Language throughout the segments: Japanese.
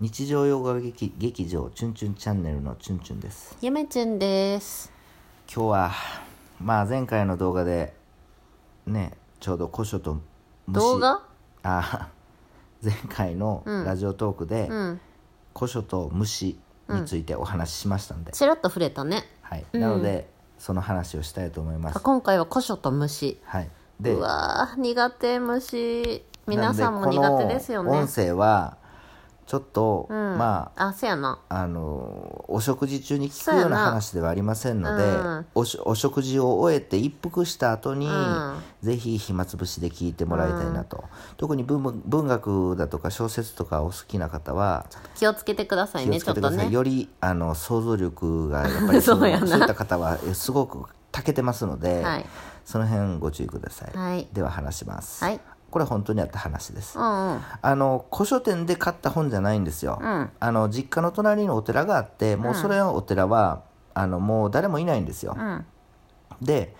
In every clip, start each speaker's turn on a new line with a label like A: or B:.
A: 日常洋画劇劇場チュンチュンチャンネルのチュンチュンです
B: ゆめちゅんです
A: 今日はまあ前回の動画でねちょうど古書と虫
B: 動画
A: あ 前回のラジオトークで、
B: うん
A: 古書と虫についてお話ししましたんで、
B: ちらっと触れたね
A: はい、なので、その話をしたいと思います
B: あ今回は古書と虫
A: はい、で
B: うわー苦手虫皆さんも
A: な
B: 苦
A: の
B: 手ですよ
A: この
B: ね
A: 音声はちょっと、
B: うん
A: まあ
B: あせやな
A: あのお食事中に聞
B: そう
A: くよ
B: や
A: う
B: な
A: な話ではありませんので、
B: うん
A: おしお食事を終えて一服した後に、
B: うん
A: ぜひ暇つぶしで聞いてもらいたいなと、特に文文学だとか小説とかお好きな方は
B: 気をつけてください
A: 気を
B: ね
A: つ
B: ち
A: け
B: ょって
A: くだ
B: と
A: さい、
B: ね
A: よりあの想像力がやっぱり
B: そ
A: そうう
B: やな
A: そういった方はえすごく長けてますので、
B: はい
A: その辺ご注意ください、
B: はい
A: では話します、
B: はい
A: これは本当にあった話です、
B: うんうん
A: あの古書店で買った本じゃないんですよ、
B: うん
A: あの実家の隣にお寺があってもうそれのお寺は、あのもう誰もいないんですよ
B: う、ん
A: で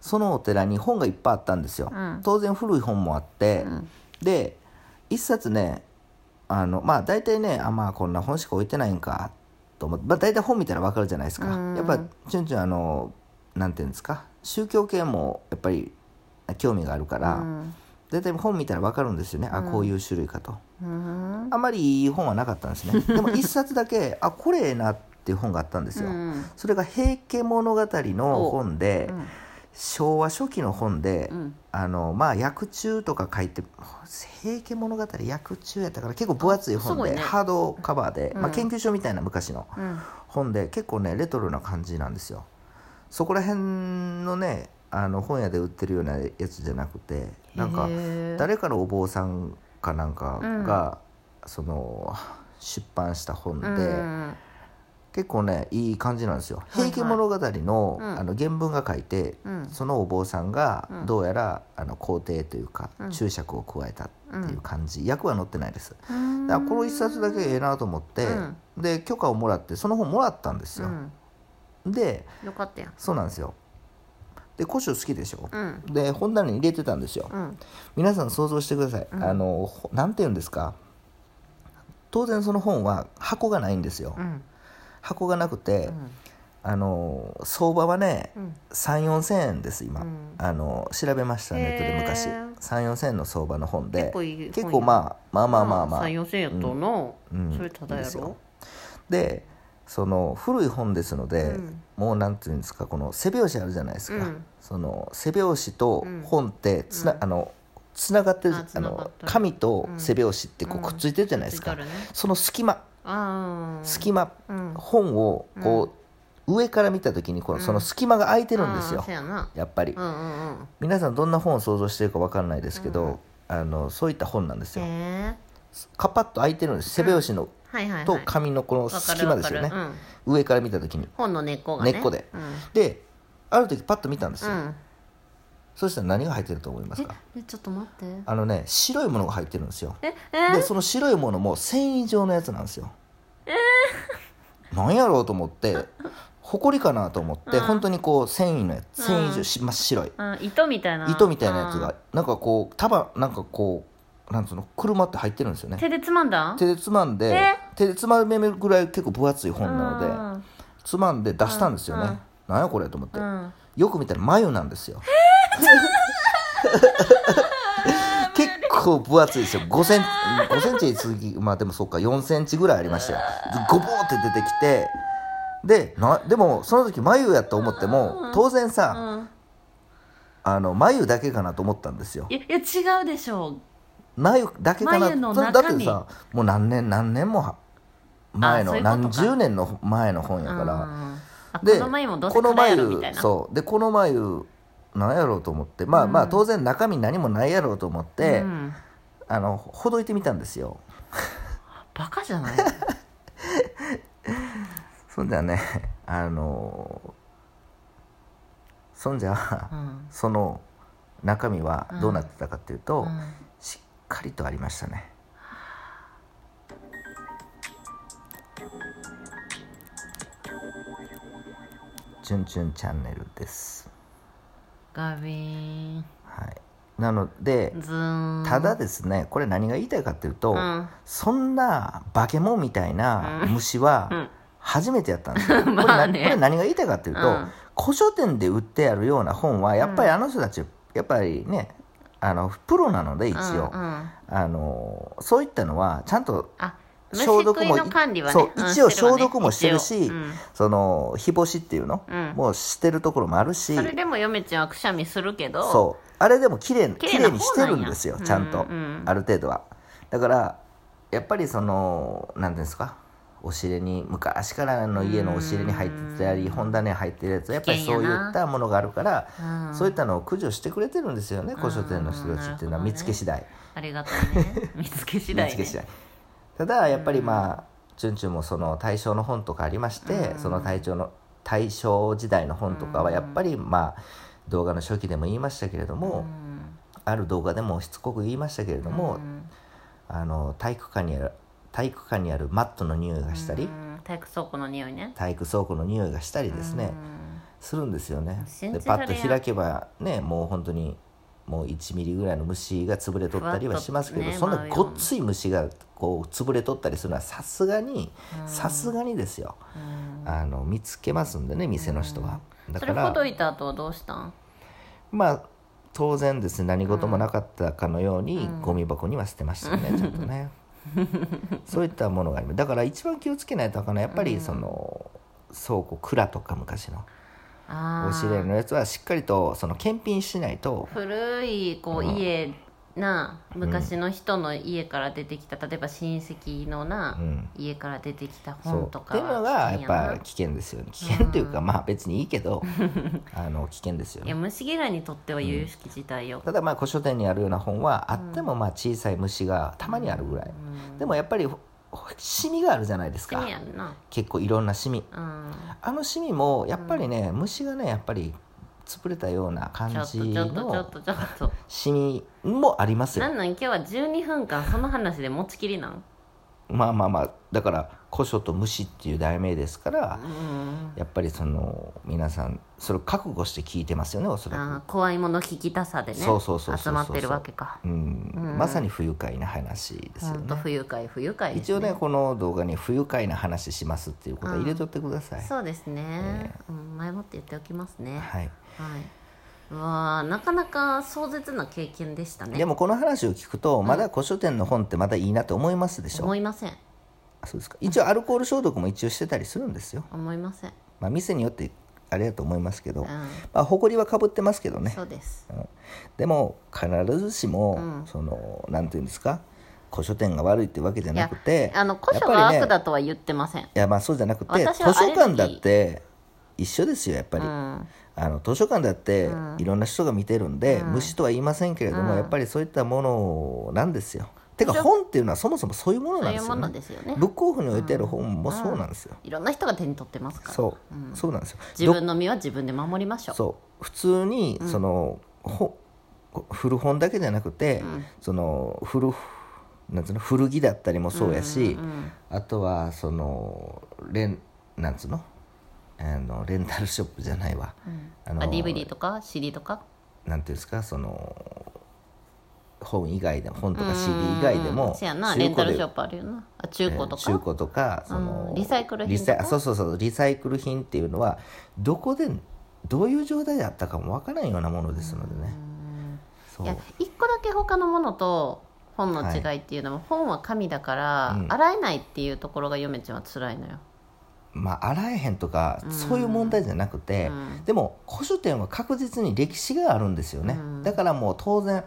A: そのお寺に本がいっぱいあったんですよ、
B: うん
A: 当然古い本もあって、
B: ん
A: で一冊ねあのまあ大体ねあまあこんな本しか置いてないんかと思って、まあ、大体本見たらわかるじゃないですか、
B: うん
A: やっぱチュンチュンあのなんていうんですか宗教系もやっぱり興味があるか
B: う
A: ら、
B: ん
A: 大体本見たらわかるんですよね、あこういう種類かと。
B: うん
A: あまりいい本はなかったんです ねでも一冊だけあこれええなっていう本があったんですよ、
B: うん
A: それが「平家物語」の本で、
B: ん
A: 昭和初期の本で、
B: うん
A: あのまあ役中とか書いて「平家物語役中」やったから結構分厚い
B: す
A: 本
B: ごい
A: で、
B: ね
A: ハードカバーで、
B: うん
A: まあ、研究所みたいな昔の
B: うん
A: 本で結構ねレトロな感じなんですよそこら辺のねあの本屋で売ってるようなやつじゃなくてなんか
B: へー
A: 誰かのお坊さんかなんかが、その出版した本で、
B: うん
A: 結構ねいい感じなんですよ「
B: はいはい
A: 平家物語の」
B: うん
A: あの原文が書いて、
B: うん
A: そのお坊さんが
B: うん
A: どうやら、あの皇帝というか、
B: うん
A: 注釈を加えたっていう感じ、役は載ってないですだか
B: うん
A: らこの一冊だけええなと思って、
B: うん
A: で許可をもらってその本もらったんですよ、で
B: うんよかったやん
A: そうなんですよで古書好きでしょ、
B: うん
A: で本棚に入れてたんですよ、
B: うん
A: 皆さん想像してください、あのほなんて言うんですか当然その本は箱がないんですよ、
B: うん
A: 箱がなくて、
B: ん
A: あの相場はね、
B: うん
A: 3 4千円です今、
B: うん
A: あの調べましたネットで昔
B: へー
A: 3 4千円の相場の本で
B: 結構いい本や
A: 結構まあまあまあまあまあ、
B: 三四千やとの
A: うん
B: それただ
A: いい
B: や
A: ですよ
B: ろ
A: でその古い本ですので、
B: うん
A: もうなんていうんですかこの背表紙あるじゃないですか、
B: うん
A: その背表紙と本ってつな、あのつながってる
B: あ
A: あ
B: つながっ
A: の
B: てる
A: 紙と背表紙ってこ
B: うん
A: うくっついてるじゃないですか、
B: ついてるね
A: その隙間
B: ああ
A: 隙間、
B: うん
A: 本をこう、上から見た時にこのその隙間が空いてるんです
B: あ
A: よ
B: ー、そうやな
A: やっぱり、
B: うんうんうん
A: 皆さんどんな本を想像してるか分かんないですけど、あのそういった本なんですよ、
B: へえ
A: カパッと空いてるんです背表紙の、
B: はいはいはい
A: と紙のこの
B: わかる
A: 隙間ですよね
B: わかるうん
A: 上から見た時に
B: 本の根っこがね
A: 根っこで
B: うん
A: である時パッと見たんです
B: う
A: よ、
B: ん
A: そしたら何が入ってると思います
B: え
A: か
B: えちょっと待って
A: あのね白いものが入ってるんですよ
B: え
A: で
B: え
A: その白いものも繊維状のやつなんですよなんやろうと思ってほこりかなと思って、本当にこう繊維のやつ繊維状、し真っ白い
B: あ糸みたいな
A: 糸みたいなやつがなんかこう束なんかこうなんつうの車って入ってるんですよ
B: あー
A: ね
B: 手でつまんだん
A: 手でつまんで
B: え
A: 手でつまめるぐらい結構分厚い本なので
B: ので
A: つまんで出したんですよ
B: うんうん
A: ねなんやこれと思って
B: うん
A: よく見たら眉なんです よ結構分厚いですよ5センチ5センチに続きまあでもそうか4センチぐらいありましたよゴボーって出てきてでなでもその時眉やと思っても当然さ
B: うん
A: あの眉だけかなと思ったんですよ
B: いやいや違うでしょう
A: 眉だけかな
B: 眉の
A: それ
B: 中
A: だって
B: 身
A: さもう何年何年もは前
B: あ
A: の
B: そういうことか
A: 何十年の前の本やか
B: う
A: ら、
B: んあ
A: で
B: この眉もどうせ空やろみたいな
A: そうでこの眉なんやろうと思ってまあ、まあ当然中身何もないやろうと思って、
B: うん
A: あのほどいてみたんですよ
B: バカじ ゃない
A: そんじゃね あのそんじゃ、
B: うん
A: その中身はどうなってたかっていうと、
B: うん
A: しっかりとありましたね「チュンチュンチャンネル」です
B: ガビーン
A: はいなので
B: ズーン
A: ただですねこれ何が言いたいかっていうと、
B: うん
A: そんな化け物みたいな
B: うん
A: 虫は、
B: うん
A: 初めてやったんですよ。これな
B: まあね
A: これ何が言いたいかっていうと、
B: うん
A: 古書店で売ってあるような本はやっぱりあの人たち、やっぱりねあのプロなので一応、
B: うんうん
A: あのそういったのはちゃんと
B: あ
A: 消
B: 消
A: 毒
B: 毒
A: も
B: も管理は
A: そ
B: ね
A: うん一応
B: してるわね
A: 消毒もしてるし
B: 一応うん
A: その日干しっていうの、
B: うん
A: もうしてるところもあるし
B: それでも嫁ちゃんはくしゃみするけど
A: そうあれでも綺麗
B: 綺
A: 綺
B: 麗
A: 麗
B: な
A: にし
B: 方
A: て
B: なんや
A: るんですよちゃんと、
B: うんうん
A: ある程度はだからやっぱりその何ていうんですかおし入れに昔からの家のおし入れに入ってたり本棚に入ってるやつはやっぱりそういったものがあるから、
B: うん
A: そういったのを駆除してくれてるんですよね古書店の人たちっていうのは
B: うん
A: 見つけ次第、
B: ありがとう ね見つけ次第、
A: 見
B: ね、
A: つけ次第ただやっぱりまあチュンチュンもその大正の本とかありまして、その大正の大正時代の本とかはやっぱりまあ動画の初期でも言いましたけれども、
B: うん
A: ある動画でもしつこく言いましたけれども、
B: うん
A: あの体育館にある体育館にあるマットの匂いがしたり、
B: うん体育倉庫の匂いね
A: 体育倉庫の匂いがしたりですね、
B: うん
A: するんですよね
B: 信
A: で
B: じ
A: パ
B: られ
A: ッ
B: ん
A: と開けばねもう本当にもう1ミリぐらいの虫が潰れとったりはしますけど、
B: ふわっ
A: そ
B: と
A: ん
B: ね
A: なごっつい虫がこう潰れとったりするのはさすがにさすがにですよ、あの見つけますんでね店の人は、だ
B: そ
A: か
B: れ
A: ら
B: ほどいた後はどうしたん
A: まあ当然ですね何事もなかったかのように、ゴミ箱には捨てました よね、ちゃんとねそういったものがありますだから一番気をつけないとあかんのはやっぱりその、倉庫蔵とか昔の
B: あ
A: おし入れ
B: ー
A: のやつはしっかりとその検品しないと
B: 古いこう
A: うん
B: 家な昔の人の家から出てきた例えば親戚のな、
A: うん
B: 家から出てきた
A: そう
B: 本と
A: って
B: か
A: いうのがやっぱ
B: 危
A: 危険ですよね危険っていうか、まあ別にいいけ どあの危険ですよ
B: 険やないや
A: ね
B: 虫嫌いにとっては有識事態よ、
A: ただまあ古書店にあるような本はあってもまあ小さい虫がたまにあるぐらい、でもやっぱりほほシミがあるじゃないです
B: 趣
A: か
B: 味やんな
A: 結構いろんなシミ
B: うん
A: あのシミもやっぱりね、虫がねやっぱり潰れたような感
B: ちょっ
A: じ
B: とちょっとちょ
A: の
B: っとちょっと
A: シミもあります
B: な
A: よ
B: んなん今日は12分間その話で持ちきりなん
A: まあまあまあだから「古書と虫」っていう題名ですから、
B: うん
A: やっぱりその皆さんそれを覚悟して聞いてますよねおそら
B: あー怖いもの聞きたさでね
A: そうそうそうそうそう
B: 集まってるわけか
A: く、うんまさに不愉快な話ですよ
B: 本当
A: ね
B: 不愉快不愉快です
A: 一応ねこの動画に「不愉快な話します」っていうことは入れとってください、
B: そうですね、うん前もって言っておきますねは
A: はい、
B: い、うわーなかなか壮絶な経験でしたね
A: でもこの話を聞くとまだ古書店の本ってまだいいなって思いますでしょ、
B: 思いません
A: あそうですか一応アルコール消毒も一応してたりするんですよ、
B: 思いません、
A: まあ、店によってあれだと思いますけど、
B: う
A: ま
B: ん、
A: あ、埃はかぶってますけどね
B: そうです
A: でも必ずしも、そのなんていうんですか古書店が悪いってわけじゃ
B: い
A: な
B: や
A: くて
B: あの古書
A: やっ
B: が
A: ぱりね
B: 悪だとは言ってません、
A: いやまあそうじゃなくて図
B: 私は
A: 書
B: アレ
A: 館
B: ルギー
A: だって一緒ですよやっぱり、
B: うん
A: あの図書館だっていろんな人が見てるんで、虫とは言いませんけれども、やっぱりそういったものなんですよてか本っていうのはそもそもそういうもの
B: そ
A: な
B: うんい
A: で
B: う
A: す
B: も
A: よ
B: の
A: ね
B: ですよね
A: ブックオフに置いてある本もそうなんですよ、
B: いろんな人が手に取ってますから
A: そう、そうなんですよ
B: 自分の身は自分で守りましょう
A: そう普通にその、ほ古本だけじゃなくて、その古なんつうの古着だったりもそうやし、あとはそのレンなんつうのあのレンタルショップじゃないわ、あの
B: まあ DVD とか CD とか
A: なんていうんですかその本以外でも本とか CD 以外でも
B: せやな
A: 中古で
B: レンタルショップあるよなあ中古とか、
A: 中古とかその
B: うんリサイクル品とか
A: リサイそうそうそうリサイクル品っていうのはどこでどういう状態だったかもわからないようなものですのでねそう
B: いや一個だけ他のものと本の違いっていうのは、本は紙だから、
A: うん
B: 洗えないっていうところが嫁ちゃんは辛いのよ
A: まあ洗えへんとかそういう問題じゃなくて
B: うん
A: でも古書店は確実に歴史があるんですよね
B: うん
A: だからもう当然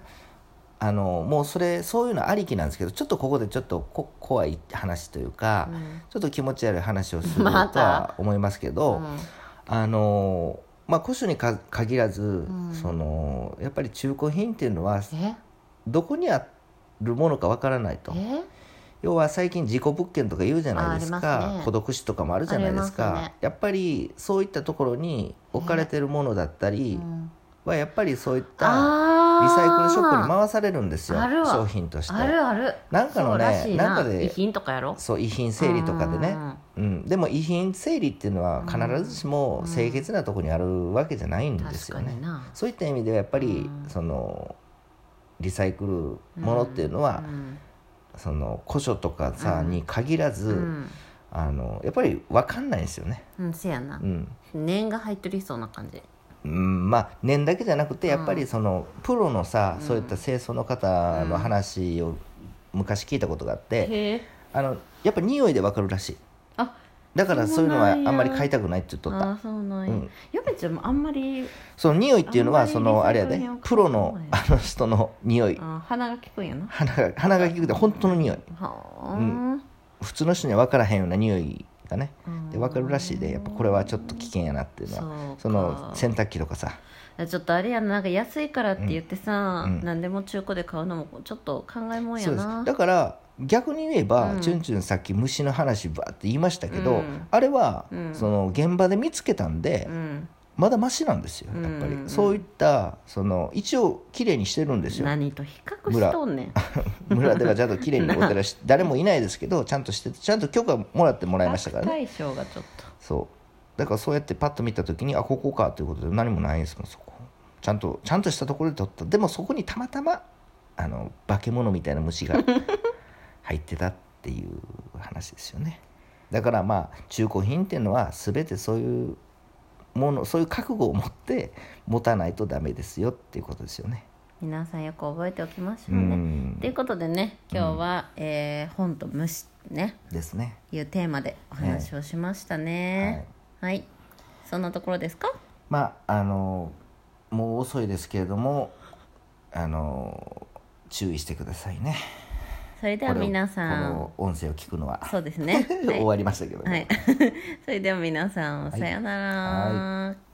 A: あのもうそれそういうのありきなんですけどちょっとここでちょっとこ怖い話というか、ちょっと気持ち悪い話をすると
B: ま
A: は
B: た
A: 思いますけど、あのまあ古書にか限らず、そのやっぱり中古品っていうのは
B: え
A: どこにあるものかわからないと
B: え
A: 要は最近事故物件とか言うじゃないです
B: ああ
A: か
B: りますね
A: 孤独死とかもあるじゃないです
B: あり
A: か
B: ますね
A: やっぱりそういったところに置かれてるものだったりはやっぱりそういった
B: あー
A: リサイクルショップに回されるんですよ
B: あるわ
A: 商品として
B: あるある
A: なんかのね
B: そうらしいな
A: なんかで
B: 遺品とかやろ
A: そう遺品整理とかでねうん、でも遺品整理っていうのは必ずしも清潔なところにあるわけじゃないんです
B: 確
A: よ
B: か
A: ね、
B: にな
A: そういった意味ではやっぱり、そのリサイクルものっていうのは、
B: うん
A: その古書とかさに限らず、
B: うん
A: あのやっぱり分かんないんですよね。
B: うんせやな
A: うん
B: 念が入ってるそうな感じ
A: うん、まあ年だけじゃなくてやっぱりそのプロのさ、
B: うん
A: そういった清掃の方の話を昔聞いたことがあって、
B: へえ
A: あのやっぱ匂いでわかるらしい
B: あ
A: だからそういうのはあ
B: そうなん
A: ん
B: や
A: まり買いたくないって言っとった
B: ああそうな
A: うん
B: や
A: ん
B: ヨベちゃんもあんまり
A: その匂いっていうのは
B: あんまり
A: そのあれや
B: リ
A: で
B: サイクル品を
A: プ
B: 買
A: ロ
B: わな
A: の
B: い
A: あの人の匂い
B: あ鼻が効くんやな
A: 鼻が鼻が利くて本当の匂い
B: はあ
A: 普通の人には分からへんような匂いがね
B: うん
A: で分かるらしいでやっぱこれはちょっと危険やなっていうのは
B: そうか
A: その洗濯機とかさ
B: ちょっとあれやななんか安いからって言ってさ、
A: うんうん
B: 何でも中古で買うのもちょっと考えもんや
A: そうです
B: な
A: だから逆に言えば、
B: うん
A: チュンチュンさっき虫の話ばって言いましたけど、
B: うん
A: あれは、
B: うん
A: その現場で見つけたんで、
B: うん、
A: まだマシなんですよやっぱり、
B: うん
A: そういったその一応綺麗にしてるんですよ
B: 何と比較しとんねん
A: 村ではちゃんと綺麗にお寺し 誰もいないですけどちゃんとしててちゃんと許可もらってもらいましたからね
B: 対象がちょっと
A: そうだからそうやってパッと見た時にあここかということで何もないですもんそこちゃんとちゃんとしたところで撮ったでもそこにたまたまあの化け物みたいな虫 が入ってたっていう話ですよねだからまあ中古品っていうのは全てそういうものそういう覚悟を持って持たないとダメですよっていうことですよね
B: 皆さんよく覚えておきましょ
A: う
B: うね
A: ん
B: ということでね今日は、えー本と虫ね
A: ですね
B: いうテーマでお話をしましたねはい、そんなところですか
A: まああのもう遅いですけれどもあの注意してくださいね
B: それでは
A: これを
B: 皆さん
A: この音声を聞くのは
B: そうですね
A: 終わりましたけどね、
B: はい、それでは皆さん、さようなら。
A: は